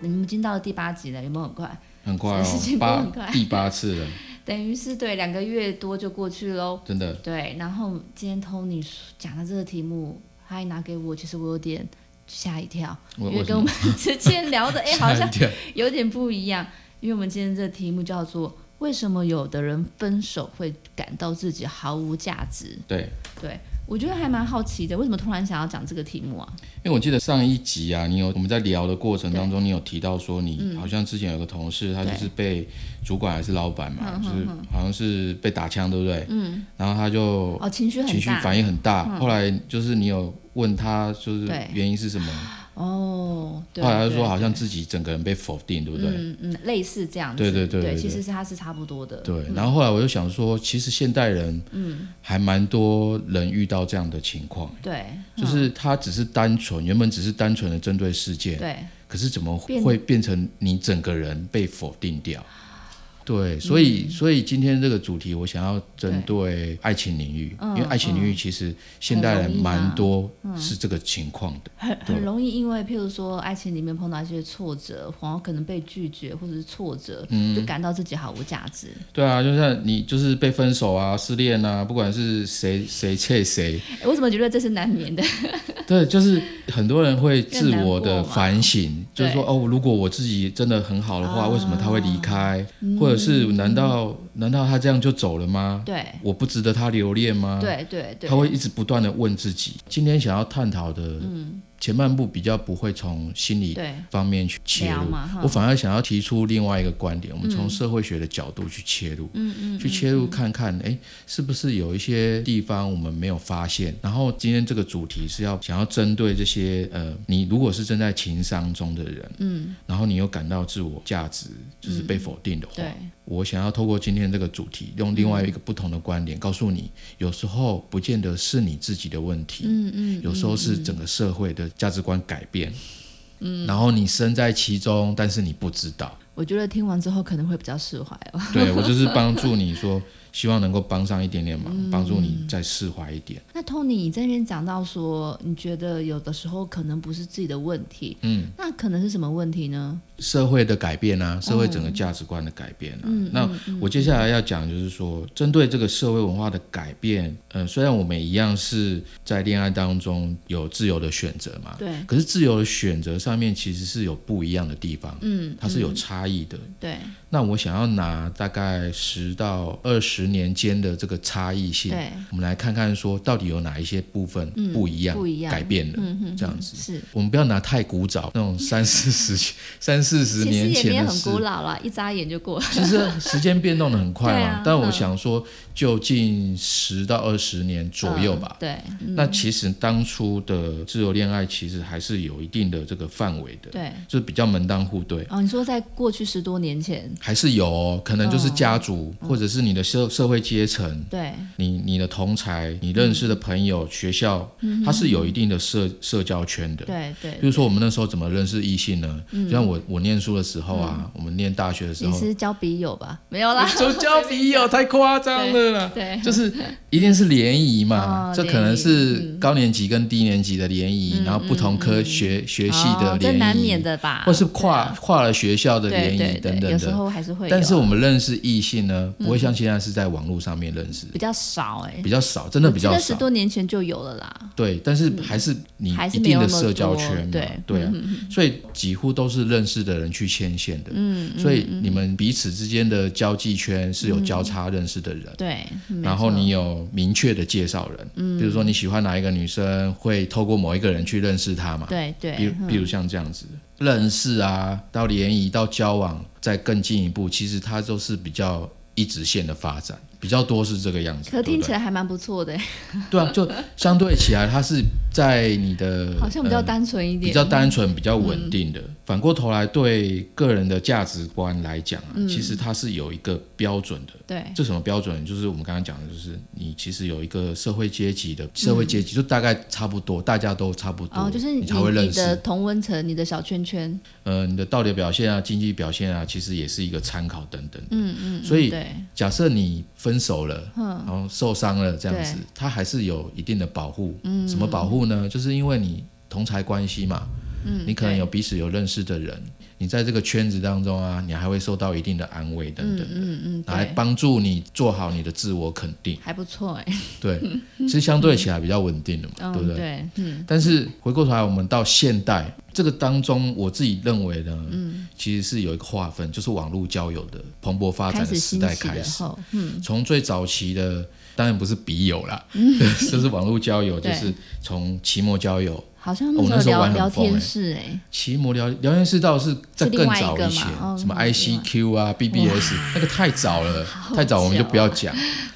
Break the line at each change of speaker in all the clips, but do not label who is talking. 你们已经到了第八集了，有没有很快？
很快哦
是进，步
八
很快
第八次了，
等于是对两个月多就过去喽。
真的。
对，然后今天 Tony 讲的这个题目，他一拿给我，其实我有点吓一跳，
我
因为
我
跟我们之前聊 的，哎、好像
吓一跳
有点不一样。因为我们今天这个题目叫做“为什么有的人分手会感到自己毫无价值
对，”，
我觉得还蛮好奇的，为什么突然想要讲这个题目啊？
因为我记得上一集啊，你有我们在聊的过程当中，你有提到说
嗯
你好像之前有个同事，他就是被主管还是老板
嗯
嘛，就是好像是被打枪，对不对？嗯。然后他就
哦，情绪很
情绪
大嗯
反应很大，后来就是你有问他就是
对
原因是什么，
哦，对，
后啊来他就
对
说好像自己整个人被否定，对不对？
嗯嗯，类似这样子，
对对对对对
其实是它是差不多的，
对，然后后来我就想说，其实现代人，嗯，还蛮多人遇到这样的情况，
对
就是他只是单纯，原本只是单纯的针对事件，
嗯对，
可是怎么
变
会变成你整个人被否定掉？
嗯
对，所以、所以今天这个主题，我想要针对爱情领域，因为爱情领域其实现代人
嗯很容易啊嗯
蛮
嘛
多是这个情况的。
很很容易因为譬如说爱情里面碰到一些挫折，然后可能被拒绝或者是挫折，
嗯
就感到自己毫无价值，
对啊，就像你就是被分手啊、失恋啊，不管是谁谁欠谁，
诶我怎么觉得这是难免的？
对，就是很多人会自我的
更难过嘛
反省，就
对啊
是说哦，如果我自己真的很好的话，为什么他会离开？
嗯
或者是难道难道他这样就走了吗？
对
我不值得他留恋吗？
对对对，
嗯他会一直不断的问自己。今天想要探讨的，
嗯
前半部比较不会从心理
对
方面去切
聊
入
嘛哈，
我反而想要提出另外一个观点，我们从社会学的角度去切入，嗯嗯，去切入看看，哎，是不是有一些地方我们没有发现？然后今天这个主题是要想要针对这些呃，你如果是正在情伤中的人，嗯，然后你又感到自我价值就是被否定的话，
对
我想要透过今天这个主题，用另外一个不同的观点，告诉你，有时候不见得是你自己的问题，嗯嗯，有时候是整个社会的价值观改变，嗯，然后你身在其中，但是你不知道。
我觉得听完之后可能会比较释怀哦。
对我就是帮助你说，希望能够帮上一点点忙，帮助你再释怀一点。
那 Tony，你这边讲到说，你觉得有的时候可能不是自己的问题，嗯，那可能是什么问题呢？
社会的改变啊，社会整个价值观的改变啊。那我接下来要讲就是说，针对这个社会文化的改变，呃，虽然我们一样是在恋爱当中有自由的选择嘛，
对
可是自由的选择上面其实是有不一样的地方，嗯，它是有差异的。
对
那我想要拿大概十到二十年间的这个差异性，
对，嗯
我们来看看说到底有哪一些部分不一样，
不一样
改变了，
嗯哼，
这样子。
是。
我们不要拿太古早 那种三四十、三四十
其实
年
也没
前
有
的
很
事
古，老了，一眨眼就过了。
其实时间变动的很快
对
嘛。
啊
但我想说，就近十到二十年 左右吧
嗯。对
那其实当初的自由恋爱其实还是有一定的这个范围的，
对，
就是比较门当户对，
哦，你说在过去十多年前，
还是有哦、可能就是家族、
嗯
或者是你的社社会阶层。
对
你你的同
嗯
才，你认识的朋友、学校，它是有一定的社社交圈的。
对
比
对，
如说我们那时候怎么认识异性呢？就像我我念书的时候啊，我们念大学的时
嗯你
候，哎
是交笔友吧？没有啦，
就交笔友太夸张了啦，
对
就是一定是联谊嘛，
哦
这可
联谊
能
嗯
是高年级跟低年级的联谊，然后不同科学学系的
哦这
联
难免
谊，
的吧？啊
或是跨跨了学校的
对
联谊
对
等
对
等
有时
的。
候还是会有啊，嗯
但是我们认识异性呢，不会像现在是在网络上面认识，
比较少哎，
比较少，真的比较
我记得
少
十。多年前就有了啦。
对，但是还是你
还是
一
没
定
有
的
那么
社交
多
圈嘛，
对嗯
啊，所以几乎都是认识的人去牵线的，嗯，所以你们彼此之间的交际圈是有交叉认识的人。
对，嗯
然后你有明确的介绍人，嗯，比如说你喜欢哪一个女生，会透过某一个人去认识她嘛，
对
比
对
如比如像这样子，认识啊，到联谊，到交往，再更进一步，其实它都是比较一直线的发展，比较多是这个样子。
可
对不
听
对
起来还蛮不错的，
对啊，就相对起来，它是在你的
好像比较
呃
单纯一点，嗯
比较单纯、比较稳定的。反过头来，对个人的价值观来讲啊，
嗯
其实它是有一个标准的。
对
这什么标准？就是我们刚刚讲的，就是你其实有一个社会阶级的社会阶级，就大概差不多，大家都差不多，
嗯哦，就是
你
你
才会认
你的
识。
同温层，你的小圈圈，
呃，你的道德表现啊、经济表现啊，其实也是一个参考等等的。
嗯嗯，嗯
所以
对
假设你分手了，然后受伤了这样子
嗯对，
他还是有一定的保护。嗯，什么保护呢？就是因为你同财关系嘛，嗯，你可能有彼此有认识的人，你在这个圈子当中啊，你还会受到一定的安慰等等的，
嗯嗯，
来
对，
帮助你做好你的自我肯定。
还不错哎，
对，其实相对起来比较稳定的嘛，对
嗯
不对？
对，嗯
但是回过头来，我们到现代这个当中，我自己认为呢，
嗯
其实是有一个划分，就是网络交友的蓬勃发展
开
的
始
时
兴
代
起
开
的
始。
后，嗯
从最早期的，当然不是笔友 啦，就是网络交友，就
对
是从期末交友、
好像
哦我那
时
时候
候
玩
聊
很
聊
疯
天
哎
室哎，
期末聊聊天室倒是在
是
更
另外一
早
个
以
嘛
前
哦，
什么
那是另外
ICQ 啊、BBS 那个太早了，
好
太早我们就
久
不要
啊
讲。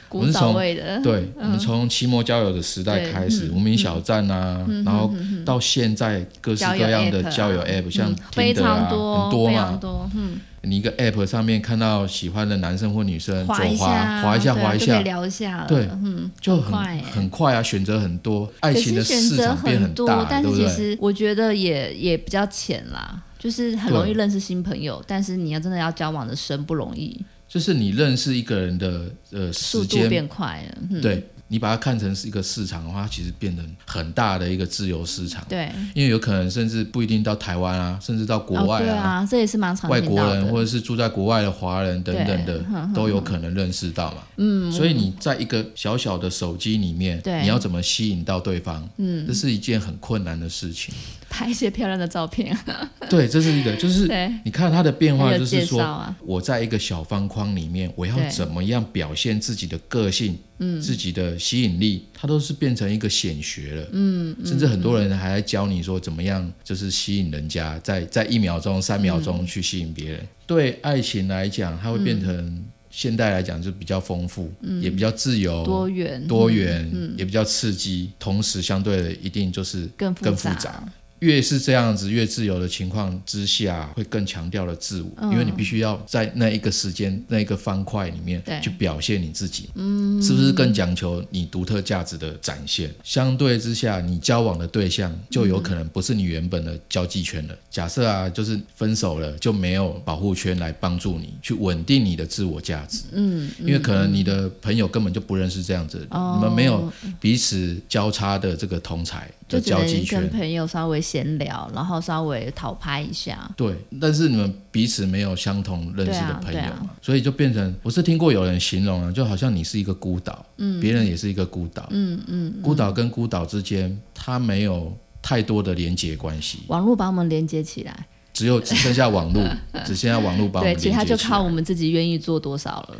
我
古
是
早
从
味的，
对，我们从奇摩交友的时代
嗯对
开始，
嗯
无名小站啊，然后到现在各式各样的交
交
友
友
app，像
嗯
Tinder 啊，
非常
很
多，
多
非常
嘛。
多，嗯，
你一个 app 上面看到喜欢的男生或女生，左
划一
滑
下，啊
滑一下，
对
滑一
就可以
下，
聊一下了，
对
嗯，
就
很快
很
欸
很快啊，选择很多，爱
可
情
是
的
选
市
择
场变
很多，
大，
但
对
是
不
其
对？
实我觉得也也比较浅啦，就是很容易认识新朋友，但是你要真的要交往的深不容易，
就是你认识一个人的呃
速
时
度
间，
变快了，嗯，
对你把它看成是一个市场的话，它其实变成很大的一个自由市场，
对，
因为有可能甚至不一定到台湾啊，甚至到国
哦
外
对啊，这也是蛮常
外
见
国
到
人
的，嗯
或者是住在国外的华人等等的，都有可能认识到嘛。嗯，所以你在一个小小的手机里面，
对
你要怎么吸引到对方？嗯，这是一件很困难的事情。
拍一些漂亮的照片，啊
对，这是一个，就是
对，
你看它的变
还
化，
有
就是
介绍
说。
啊，
我在一个小方框里面，我要
对
怎么样表现自己的个性，嗯，自己的吸引力，它都是变成一个显学了，嗯，甚至很多人还在教你说怎么样，就是吸引人家，在在一秒钟、三秒钟去吸引别人。对爱情来讲，它会变成现代来讲就比较丰富，也比较自由、
多元，
哦
嗯
多元，也比较刺激，同时相对的一定就是
更复
更复杂。越是这样子，越自由的情况之下，会更强调了自我，
嗯
因为你必须要在那一个时间、那一个方块里面
对
去表现你自己，嗯，是不是更讲求你独特价值的展现？相对之下，你交往的对象就有可能不是你原本的交际圈了。假设啊，就是分手了，就没有保护圈来帮助你去稳定你的自我价值，
嗯，哦
因为可能你的朋友根本就不认识这样子的人，你们没有彼此交叉的这个同才的
就只
交际
能
圈
跟。朋友稍微闲聊，然后稍微讨拍一下，
对，但是你们彼此没有相同认识的朋友
对啊对
嘛，
啊
所以就变成我是听过有人形容啊，就好像你是一个孤岛，嗯，别人也是一个孤岛，嗯嗯，孤岛跟孤岛之间，它没有太多的连接关系，
网络把我们连接起来，
只 有只剩下网络，只剩下网络把我
对，
们连接
其他就
起来
靠我们自己愿意做多少了。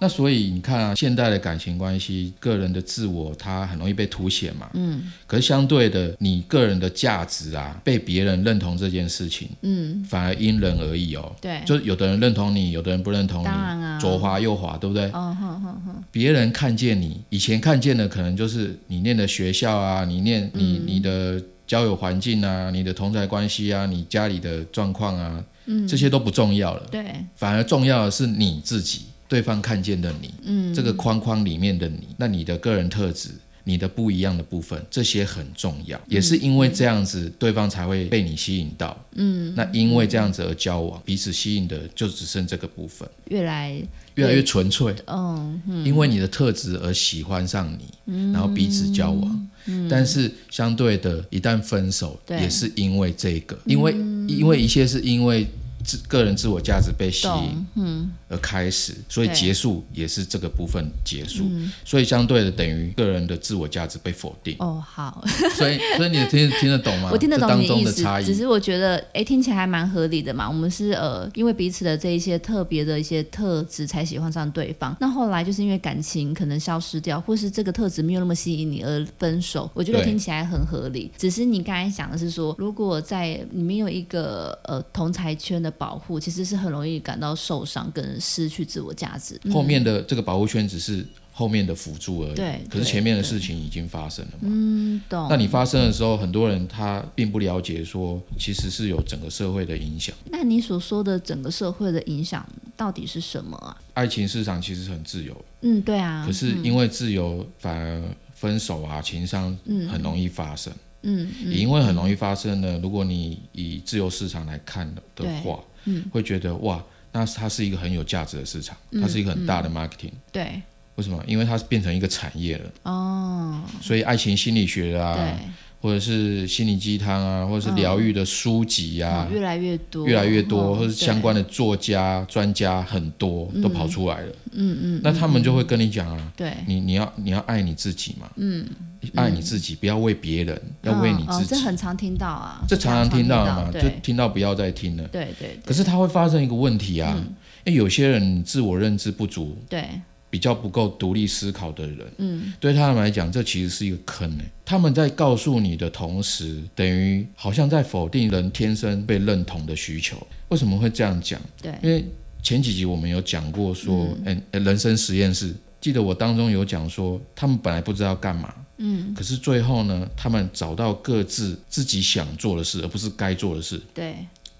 那所以你看啊，现代的感情关系，个人的自我它很容易被凸显嘛。嗯。可是相对的，你个人的价值啊，被别人认同这件事情，
嗯，
反而因人而异哦。
对，
就有的人认同你，有的人不认同你，
当然啊
左滑右滑，对不对？
哦，哼哼哼，
别人看见你，以前看见的可能就是你念的学校啊，你念你、
嗯
你的交友环境啊，你的同侪关系啊，你家里的状况啊，嗯，这些都不重要了。
对，
反而重要的是你自己，对方看见的你，嗯，这个框框里面的你，那你的个人特质。你的不一样的部分，这些很重要，也是因为这样子，对方才会被你吸引到。嗯，那因为这样子而交往，彼此吸引的就只剩这个部分，
越来，
越来越纯粹。
嗯，
因为你的特质而喜欢上你，然后彼此交往。但是相对的，一旦分手，
嗯对嗯
也是因为这个，因为因为一切是因为自个人自我价值被吸引
懂，嗯，
而开始，所以
对。
结束也是这个部分结束。所以相对的，等于个人的自我价值被否定
哦，好，
所以所以你听听得懂吗？
我听得
这
懂
当
你的
中
意
的
思
差，
只
异。
是我觉得，哎，听起来还蛮合理的嘛。我们是呃，因为彼此的这一些特别的一些特质才喜欢上对方，那后来就是因为感情可能消失掉，或是这个特质没有那么吸引你而分手，我觉得
对
听起来很合理。只是你刚才讲的是说，如果在你没有一个呃同才圈的保护，其实是很容易感到受伤跟失去自我价值。
后面的这个保护圈只是后面的辅助而已，
对
可
对
是前面的
对
事情已经发生了嘛。
嗯，懂。
那你发生的时候，很多人他并不了解说，其实是有整个社会的影响。
那你所说的整个社会的影响到底是什么啊？
爱情市场其实很自由，
嗯，对啊，
可是因为自由反而分手啊、情伤很容易发生。
嗯，
也因为很容易发生呢，如果你以自由市场来看的话，会觉得哇，那它是一个很有价值的市场，它是一个很大的 marketing。
对，
为什么？因为它变成一个产业了，
哦，
所以爱情心理学啊，
对，
或者是心灵鸡汤啊，或者是疗愈的书籍啊
哦，越来越多，
越来越多，
嗯
或者相关的作家、专家很多都跑出来了。嗯嗯，那他们就会跟你讲啊，
对。对
你你要你要爱你自己嘛，嗯，爱你自己，不要为别人，要为你
嗯
自
哦，这
己。
很常听到啊，
这常常听到的嘛，就
对
听到不要再听了。
对对
可是它会发生一个问题啊，因为有些人自我认知不足，
对，
比较不够独立思考的人，嗯，对他们来讲，这其实是一个坑诶、他们在告诉你的同时，等于好像在否定人天生被认同的需求。为什么会这样讲？
对
因为前几集我们有讲过说，嗯、呃人生实验室，记得我当中有讲说，他们本来不知道干嘛。嗯，可是最后呢，他们找到各自自己想做的事，而不是该做的事。
对，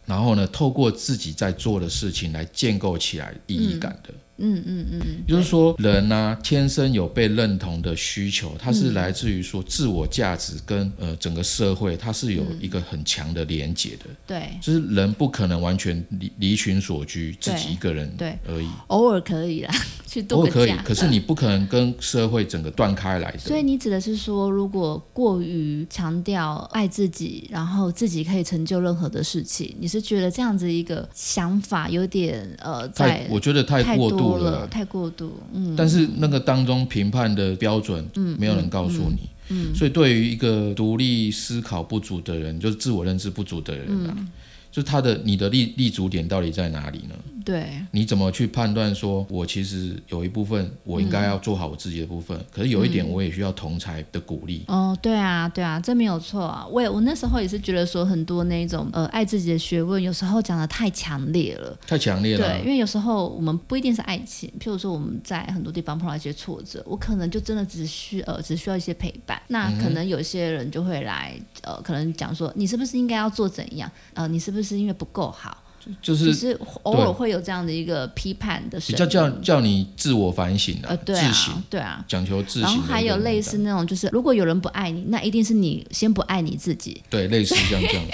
然后呢，透过自己在做的事情来建构起来意义感的。
嗯嗯嗯嗯，
也就是说，人呢、天生有被认同的需求，它是来自于说自我价值跟呃整个社会，它是有一个很强的连结的。
对，
就是人不可能完全离离群所居，自
对
己一个人
对
而已。
偶尔可以啦， 去度
偶
个
尔可以
假，。嗯
可是你不可能跟社会整个断开来
所以
的。
你指的是说，如果过于强调爱自己，然后自己可以成就任何的事情，你是觉得这样子一个想法有点呃，
太
在，
我觉得太
太
过
多
度了啦。
太过度，嗯，
但是那个当中评判的标准，没有人告诉你。
嗯
所以对于一个独立思考不足的人，就是自我认知不足的人啊，
嗯
就他的你的立立足点到底在哪里呢？
对
你怎么去判断说，我其实有一部分我应该要做好我自己的部分，
嗯
可是有一点我也需要同才的鼓励。
哦，对啊，对啊，这没有错啊。我也我那时候也是觉得说，很多那一种呃爱自己的学问，有时候讲的太强烈了。
太强烈了啊、
对，因为有时候我们不一定是爱情，譬如说我们在很多地方碰到一些挫折，我可能就真的只需呃只需要一些陪伴。那
嗯
可能有些人就会来呃，可能讲说你是不是应该要做怎样？呃，你是不是因为不够好？
就
只
是
是偶尔会有这样的一个批判的
比
声
较叫
音。
叫你自我反省啊，
呃，对
自省
啊，，对啊，
讲求自省
然
的一
后
个年代。啊
还有类似那种，就是如果有人不爱你，那一定是你先不爱你自己。
对类似这样这样子。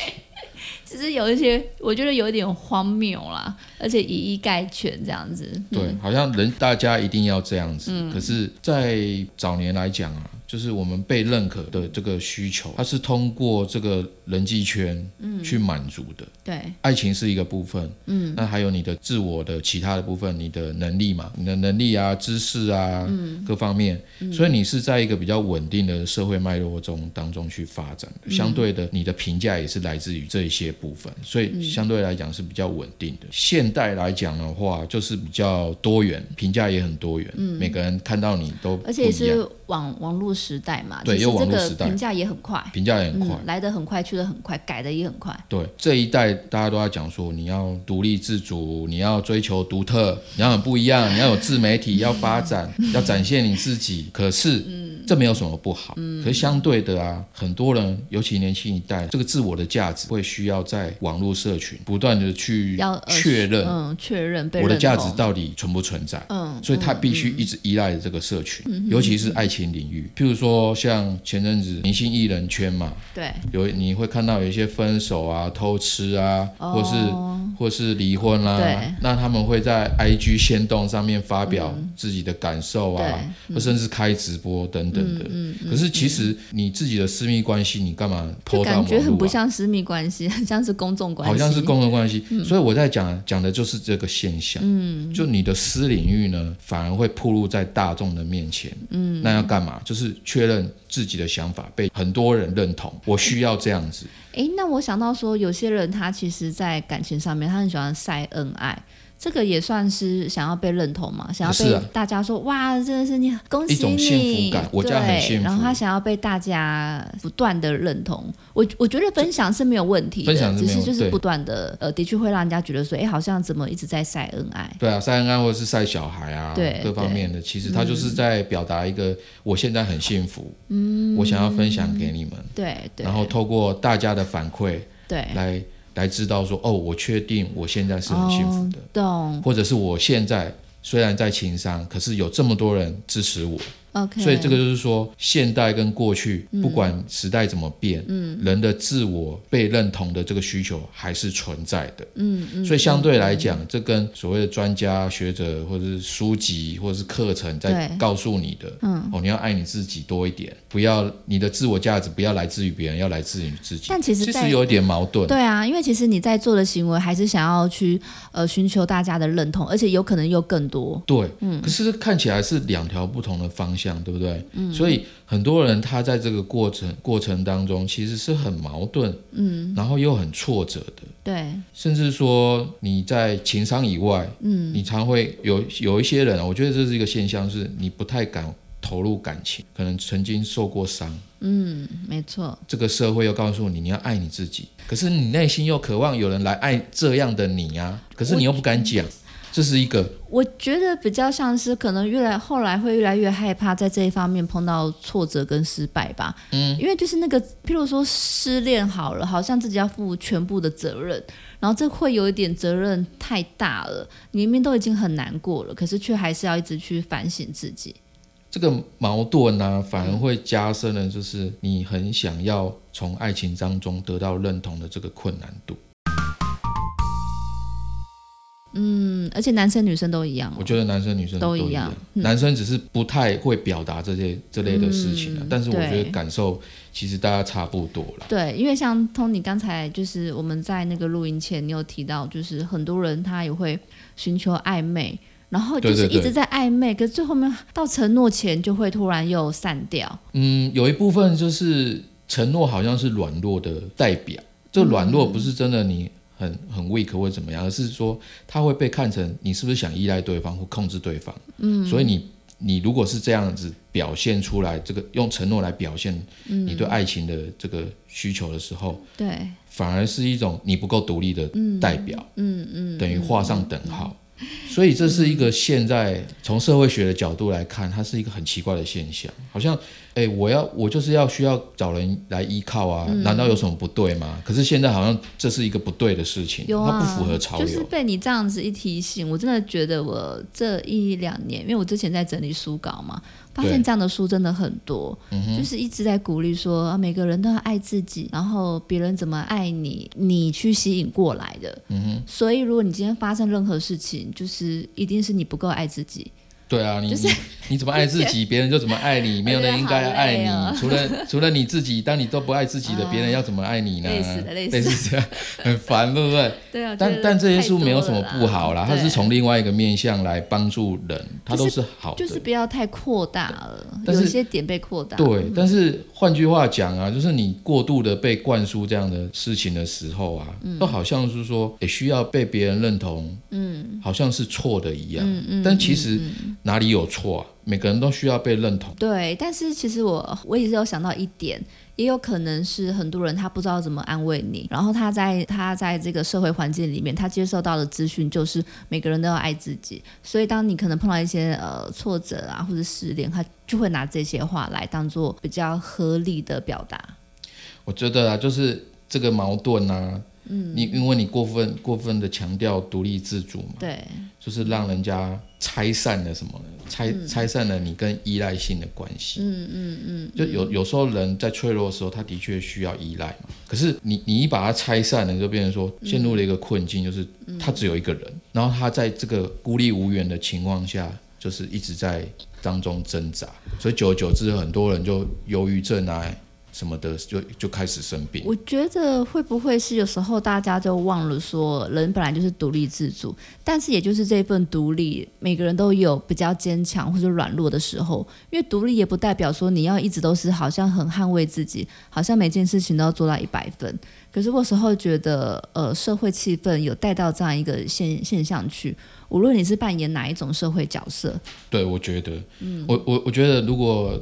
只是有一些，我觉得有一点荒谬啦，而且以一概全这样子。
对，好像人大家一定要这样子。可是，在早年来讲啊，就是我们被认可的这个需求，它是通过这个人际圈去满足的。
对
爱情是一个部分，嗯，那还有你的自我的其他的部分，你的能力嘛，你的能力啊、知识啊，
嗯
各方面，所以你是在一个比较稳定的社会脉络中当中去发展
嗯
的。相对的，你的评价也是来自于这一些部分，所
嗯
以相对来讲是比较稳定的。现代来讲的话，就是比较多元，评价也很多元，每个人看到你都
嗯而
不
且也
一样，
是网网络时代嘛，
对
其
又
实这
网络
个
时代
评价也很快，
评价也很快。
嗯，来的很快，去的很快，改的也很快。
对这一代，大家都在讲说，你要独立自主，你要追求独特，你要很不一样，你要有自媒体，要发展，要展现你自己。可是，这没有什么不好。
嗯
可是相对的啊，很多人，尤其年轻一代，这个自我的价值会需要在网络社群不断的去
要呃
确认
嗯，确认被
我的
认
价值
同
到底存不存在？嗯，所以他必须一直依赖着这个社群，
嗯
尤其是爱情领域，譬如说像前阵子明星艺人圈嘛，
对
有你会看到有一些分手啊、偷吃啊，或是、或是离婚啦、
哦对嗯
那他们会在 IG 先动上面发表自己的感受啊，或甚至开直播等等
嗯
的。可是其实你自己的私密关系，你干嘛
就
抛到
感
网
觉很
络
不
啊？
像私密关系，很像是公众关系，嗯
好像是公共关系，所以我在讲讲的就是这个现象。嗯，就你的私领域呢，反而会暴露在大众的面前。嗯，那要干嘛？就是确认自己的想法被很多人认同，我需要这样子。
诶，那我想到说，有些人他其实，在感情上面，他很喜欢晒恩爱，这个也算是想要被认同嘛，想要
是
被
啊
大家说、哇，真的是你恭喜你，
一种幸福感我家很
对
幸福
然后他想要被大家不断的认同，我我觉得分享是没有问题的，
分享是
只
没有
是就是
对
不断的，呃，的确会让人家觉得说，诶，好像怎么一直在晒恩爱，
对啊，晒恩爱或者是晒小孩啊，
对
各方面的，其实他就是在表达一个、我现在很幸福，嗯，我想要分享给你们，
对对哎
然后透过大家的反馈
对，
来来知道说，哦，我确定我现在是很幸福的，
哦、懂。
或者是我现在虽然在情商，可是有这么多人支持我，
OK，
所以这个就是说，现代跟过去，
嗯
不管时代怎么变，嗯，人的自我被认同的这个需求还是存在的，嗯嗯。所以相对来讲，这跟所谓的专家学者或者是书籍或者是课程在
对
告诉你的，嗯，哦，你要爱你自己多一点，不要你的自我价值不要来自于别人，要来自于自己。
但其实
其
在
实有一点矛盾，
对啊，因为其实你在做的行为还是想要去呃寻求大家的认同，而且有可能又更多。
对，可是看起来是两条不同的方向，对不对？嗯，所以很多人他在这个过程过程当中，其实是很矛盾，嗯，然后又很挫折的，
对，
甚至说你在情商以外，嗯，你常会有有一些人，我觉得这是一个现象，是你不太敢投入感情，可能曾经受过伤，
没错，
这个社会又告诉你你要爱你自己，可是你内心又渴望有人来爱这样的你啊，可是你又不敢讲，这是一个
我觉得比较像是可能越来后来会越来越害怕在这一方面碰到挫折跟失败吧。嗯，因为就是那个，譬如说失恋好了，好像自己要负全部的责任，然后这会有一点责任太大了。你明明都已经很难过了，可是却还是要一直去反省自己。
这个矛盾呢、反而会加深了，就是你很想要从爱情当中得到认同的这个困难度。
嗯，而且男生女生都一样、哦。
我觉得男生女生
都一
一
样嗯
男生只是不太会表达这些这类的事情、啊
嗯
但是我觉
对
得感受其实大家差不多啦。
对，因为像 Tony 刚才就是我们在那个录音前，你有提到，就是很多人他也会寻求暧昧，然后就
对
是
对
一直在暧昧，可是最后面到承诺前就会突然又散掉。
嗯，有一部分就是承诺好像是软弱的代表，
嗯
这软弱不是真的你很很 weak 或者怎么样，而是说它会被看成你是不是想依赖对方或控制对方。嗯，所以你你如果是这样子表现出来，这个用承诺来表现
嗯
你对爱情的这个需求的时候，
对，
反而是一种你不够独立的代表。嗯嗯，等于画上等号。所以这是一个现在从社会学的角度来看，它是一个很奇怪的现象，好像，哎、我要我就是要需要找人来依靠啊，
嗯
难道有什么不对吗？可是现在好像这是一个不对的事情，
有
它
啊，
不符合潮流。
就是被你这样子一提醒，我真的觉得我这一两年，因为我之前在整理书稿嘛，发现
对
这样的书真的很多，
嗯
就是一直在鼓励说、啊每个人都要爱自己，然后别人怎么爱你，你去吸引过来的。
嗯
所以如果你今天发生任何事情，就是一定是你不够爱自己。
对啊，你、你你怎么爱自 己，别人就怎么爱你，没有人应该爱
我觉
你，
得好累哦啊
除了除了你自己，当你都不爱 自己的，别人要怎么爱你呢？
类似的类似的
类似这样，很烦，对不对？
对啊，
但但这些书没有什么不好啦，它是从另外一个面向来帮助人，它都是好的。
就是不要太扩大了，
但是
有些点被扩大。
对，啊但是换句话讲啊，就是你过度的被灌输这样的事情的时候啊，都好像是说也需要被别人认同，嗯，好像是错的一样。嗯嗯但其实哪里有错啊？每个人都需要被认同。
对，但是其实我我也是有想到一点，也有可能是很多人他不知道怎么安慰你，然后他在他在这个社会环境里面，他接受到的资讯就是每个人都要爱自己，所以当你可能碰到一些呃挫折啊或者失恋，他就会拿这些话来当做比较合理的表达。
我觉得啊，就是这个矛盾啊，嗯，你因为你过分过分的强调独立自主嘛，
对，
就是让人家拆散了什么，拆、拆散了你跟依赖性的关系。嗯嗯嗯，就有有时候人在脆弱的时候，他的确需要依赖嘛。可是你你一把它拆散了，就变成说陷入了一个困境，就是他只有一个人，然后他在这个孤立无援的情况下，就是一直在当中挣扎，所以久而久之，很多人就忧郁症啊什么的，就就开始生病。
我觉得会不会是有时候大家就忘了说，人本来就是独立自主，但是也就是这份独立，每个人都有比较坚强或者软弱的时候。因为独立也不代表说你要一直都是好像很捍卫自己，好像每件事情都要做到一百分。可是我有时候觉得，呃，社会气氛有带到这样一个现现象去，无论你是扮演哪一种社会角色，
对，我觉得，
嗯
我我我觉得，如果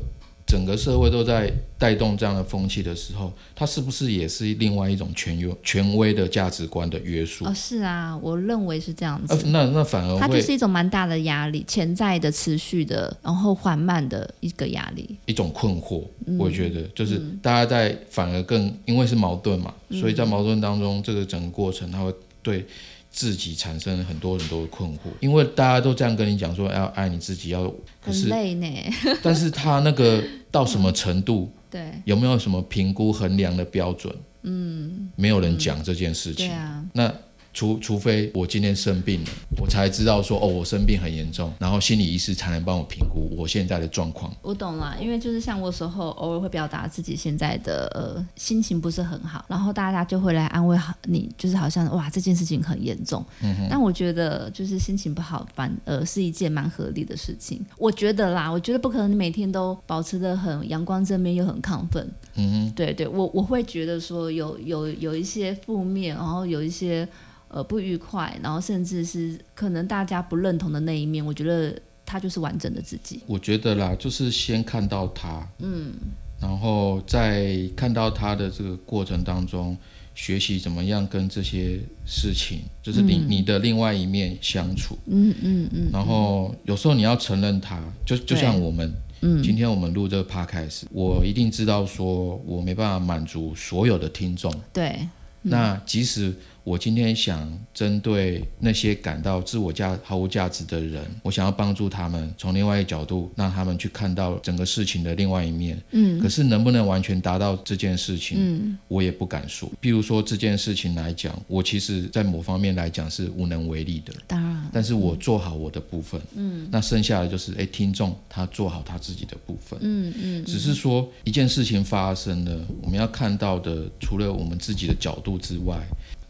整个社会都在带动这样的风气的时候，它是不是也是另外一种权优权威的价值观的约束？
哦，是啊，我认为是这样子。
呃那那反而
它就
会
是一种蛮大的压力，潜在的、持续的，然后缓慢的一个压力。
一种困惑。
嗯
我觉得，就是大家在
嗯
反而更因为是矛盾嘛，所以在矛盾当中，这个整个过程它会对自己产生很多很多的困惑，因为大家都这样跟你讲说要爱你自己，要可
很
是，
累呢。
但是他那个到什么程度，
对，
有没有什么评估衡量的标准？嗯，没有人讲这件事
对
情。
啊，
那除除非我今天生病了，我才知道说哦，我生病很严重，然后心理医师才能帮我评估我现在的状况。
我懂啦，因为就是像我有时候偶尔会表达自己现在的呃心情不是很好，然后大家就会来安慰好你，就是好像哇这件事情很严重。嗯、但我觉得就是心情不好反而是一件蛮合理的事情，我觉得啦，我觉得不可能你每天都保持的很阳光正面又很亢奋。嗯，对对，我我会觉得说有有有一些负面，然后有一些。呃，不愉快，然后甚至是可能大家不认同的那一面，我觉得他就是完整的自己。
我觉得啦，就是先看到他，嗯，然后在看到他的这个过程当中，学习怎么样跟这些事情，就是你、你的另外一面相处，
嗯嗯嗯，
然后有时候你要承认它，就就
对
像我们，
嗯
今天我们录这个 podcast，我一定知道说我没办法满足所有的听众，
对，
那即使我今天想针对那些感到自我价毫无价值的人，我想要帮助他们从另外一个角度，让他们去看到整个事情的另外一面。嗯，可是能不能完全达到这件事情，嗯，我也不敢说。譬如说这件事情来讲，我其实在某方面来讲是无能为力的。
当然，
但是我做好我的部分，嗯，那剩下的就是，哎，听众他做好他自己的部分，
嗯嗯，
只是说一件事情发生了，我们要看到的，除了我们自己的角度之外，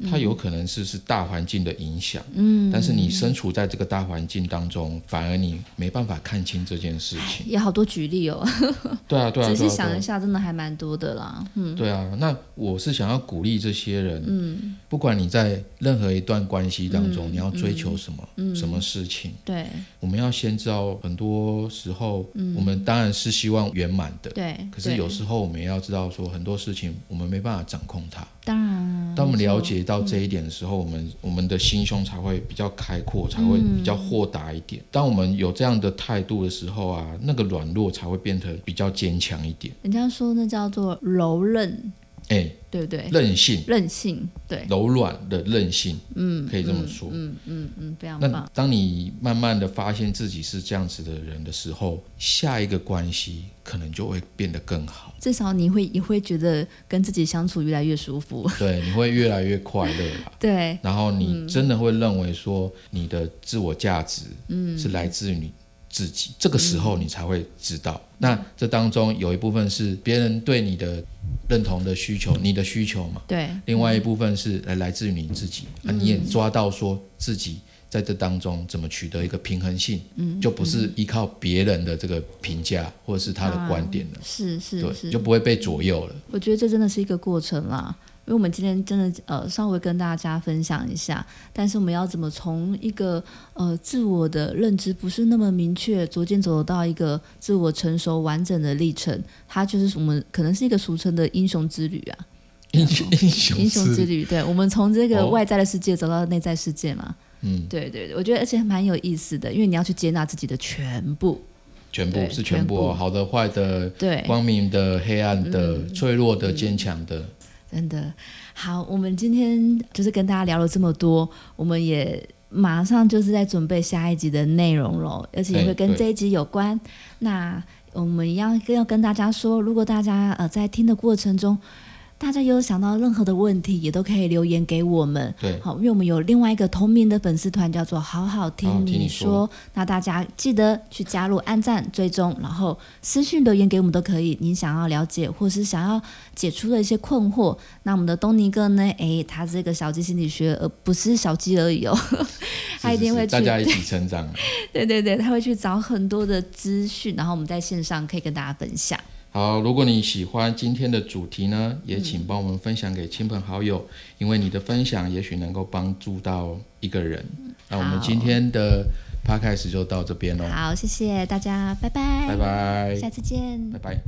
嗯
它有可能是是大环境的影响。嗯，但是你身处在这个大环境当中，反而你没办法看清这件事情。
也好多举例哦，
对啊，对啊，
哎仔
对
细
啊，对
想一
啊
下，真的还蛮多的啦。嗯，
对啊。那我是想要鼓励这些人，嗯，不管你在任何一段关系当
嗯
中，你要追求什么，什么事情，
对嗯
我们要先知道，很多时候，我们当然是希望圆满的，
对，
可是
对
有时候我们也要知道，说很多事情我们没办法掌控它。
当然啊，
当我们
没错
了解到这一点的时候，我们我们的心胸才会比较开阔，才
嗯
会比较豁达一点。当我们有这样的态度的时候啊，那个软弱才会变得比较坚强一点。
人家说那叫做柔韧，
哎，
对不对？
韧性、
韧性，对，
柔软的韧性，嗯，可以这么说。
嗯嗯嗯，非常
那
棒。
当你慢慢的发现自己是这样子的人的时候，下一个关系可能就会变得更好。
至少你会也会觉得跟自己相处越来越舒服。
对，你会越来越快乐啊啦。
对，
然后你真的会认为说你的自我价值，嗯，是来自于你自己，这个时候你才会知道。那这当中有一部分是别人对你的认同的需求，你的需求嘛，
对，
另外一部分是来来自于你自己，啊，
嗯
你也抓到说自己。在这当中怎么取得一个平衡性，嗯，就不是依靠别人的这个评价或者是他的观点了，
啊是是
对，
是啊
就，不会被左右了。
我觉得这真的是一个过程啦，因为我们今天真的呃稍微跟大家分享一下，但是我们要怎么从一个呃自我的认知不是那么明确，逐渐走到一个自我成熟完整的历程，它就是我们可能是一个俗称的英雄之旅啊，
英雄英雄
英雄
之
之旅，对我们从这个
哦
外在的世界走到内在世界嘛，
嗯，
对对对，我觉得而且蛮有意思的，因为你要去接纳自己的全部，
全部
对
是全部
全
哦，
部
好的、坏的、
对，嗯
光明的、黑暗的、脆弱的、坚强的，
真的好，我们今天就是跟大家聊了这么多，我们也马上就是在准备下一集的内容喽，而且也会
哎
跟
对
这一集有关。那我们一样要跟大家说，如果大家呃在听的过程中，大家有想到任何的问题，也都可以留言给我们。
对，
好，因为我们有另外一个同名的粉丝团，叫做“好好
好
听
好听
你
你
说”，那大家记得去加入、按赞、追踪，然后私讯留言给我们都可以。您想要了解或是想要解除的一些困惑，那我们的东尼哥呢？诶，他这个小鸡心理学，而不是小鸡而 已哦，他
是
一定
是
会
是
去
大家一起成 长。啊
对对对，他会去找很多的资讯，然后我们在线上可以跟大家分享。
好，如果你喜欢今天的主题呢，也请帮我们分享给亲朋好友，因为你的分享也许能够帮助到一个人。那我
好
们今天的 podcast 就到这边喽，
好，谢谢大家，拜拜，
哦拜拜，
下次见。
拜拜。